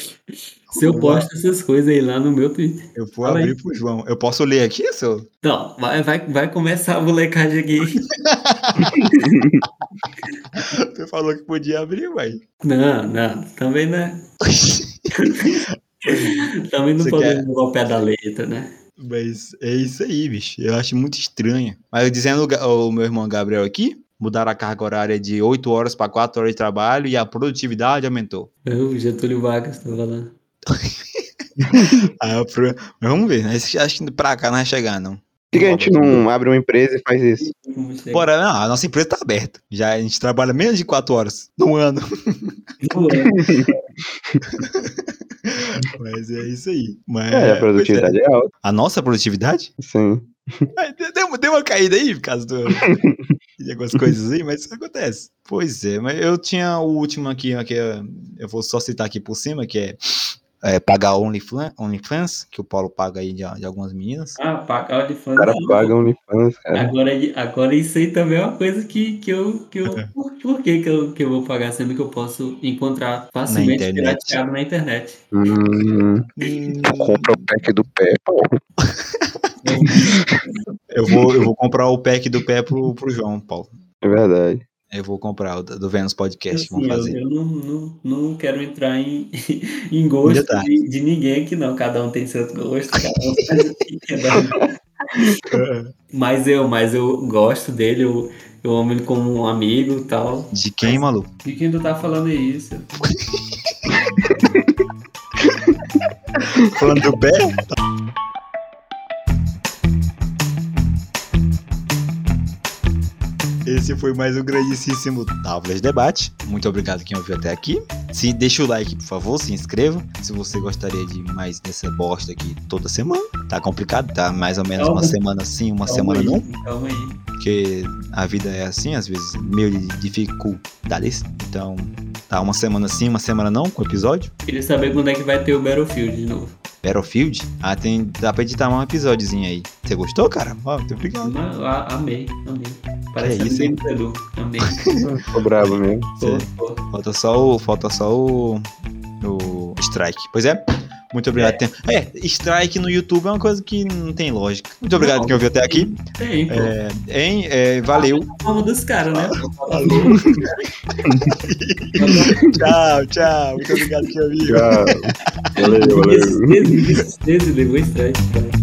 C: Se eu posto essas coisas aí lá no meu Twitter.
A: Eu vou
C: Fala aí.
A: abrir pro João. Eu posso ler aqui, seu?
C: Então, vai, vai, vai começar a molecagem aqui.
A: Você falou que podia abrir, uai.
C: Não, não, também né? Também não
A: Você
C: podemos levar o pé da letra, né?
A: Mas é isso aí, bicho. Eu acho muito estranho. Mas eu dizendo o Ga- o meu irmão Gabriel aqui, mudaram a carga horária de 8 horas para 4 horas de trabalho e a produtividade aumentou.
C: Eu, Getúlio Vargas tava lá.
A: Aí eu Ah, pro- Mas vamos ver, né? Esse- Acho que pra cá não vai chegar, não.
B: Por que a gente não abre uma empresa e faz isso?
C: Como chega?
A: Bora, não, a nossa empresa tá aberta. Já a gente trabalha menos de 4 horas no ano.
C: é,
A: Mas é isso aí. Mas,
B: É, a produtividade é alta,
A: A nossa produtividade?
B: sim.
A: Aí, de- Deu, deu uma caída aí por causa do, de algumas coisas aí, mas isso acontece. Pois é, mas eu tinha o último aqui, ó, que é- eu vou só citar aqui por cima, que é, é pagar OnlyFlan- OnlyFans, que o Paulo paga aí de, de algumas meninas.
C: Ah, pagar de fã.
B: O cara paga um OnlyFans,
A: É.
B: cara.
C: Agora, agora isso aí também é uma coisa que, que eu. Que eu por por que, que, eu, que eu vou pagar sendo que eu posso encontrar facilmente
A: internet.
C: pirateado na internet?
B: Hum, compra o pack do pé, pô.
A: Eu vou, eu vou comprar o pack do pé pro, pro João, Paulo.
B: É verdade.
A: Eu vou comprar o da- do Vênus Podcast,
C: Assim,
A: vamos
C: eu-
A: fazer.
C: Eu, não, não, não quero entrar em, em gosto
A: Ainda tá.
C: de, de ninguém aqui, não. Cada um tem seu gosto, cada um faz o que quer dar. Mas eu, mas eu gosto dele, eu, eu amo ele como um amigo e tal.
A: De quem, maluco?
C: E quem tu tá falando é isso?
A: Falando do pé? Esse foi mais um grandíssimo Távolas Debate. Muito obrigado quem ouviu até aqui. Se deixa o like, por favor, se inscreva. Se você gostaria de mais dessa bosta aqui toda semana, tá complicado, tá mais ou menos uma
C: Calma.
A: semana sim, uma
C: Calma
A: semana
C: aí,
A: não,
C: Calma aí.
A: porque a vida é assim, às vezes meio de dificuldades. Então, tá uma semana sim, uma semana não com o episódio.
C: Queria saber quando é que vai ter o Battlefield de novo.
A: Battlefield? Ah, tem, dá pra editar um episódiozinho aí. Você gostou, cara? Ó, muito obrigado.
C: Mas, a- amei, amei. Parece
A: Que
C: que
A: isso,
C: isso,
A: hein?
C: Edu. Amei.
B: Tô brabo mesmo.
A: Cê-
C: Pô, pô.
A: falta só o. Falta só o. O Strike. Pois é. Muito obrigado. Tem- É, Strike no YouTube é uma coisa que não tem lógica. Muito obrigado
C: Não.
A: quem ouviu até aqui.
C: Tem, pô. É...
A: Hein? É, valeu.
C: Forma dos caras, né?
A: tchau, tchau. Muito obrigado quem ouviu.
B: Tchau. Valeu, valeu.
C: Desde, desde, desde, depois traz. cara.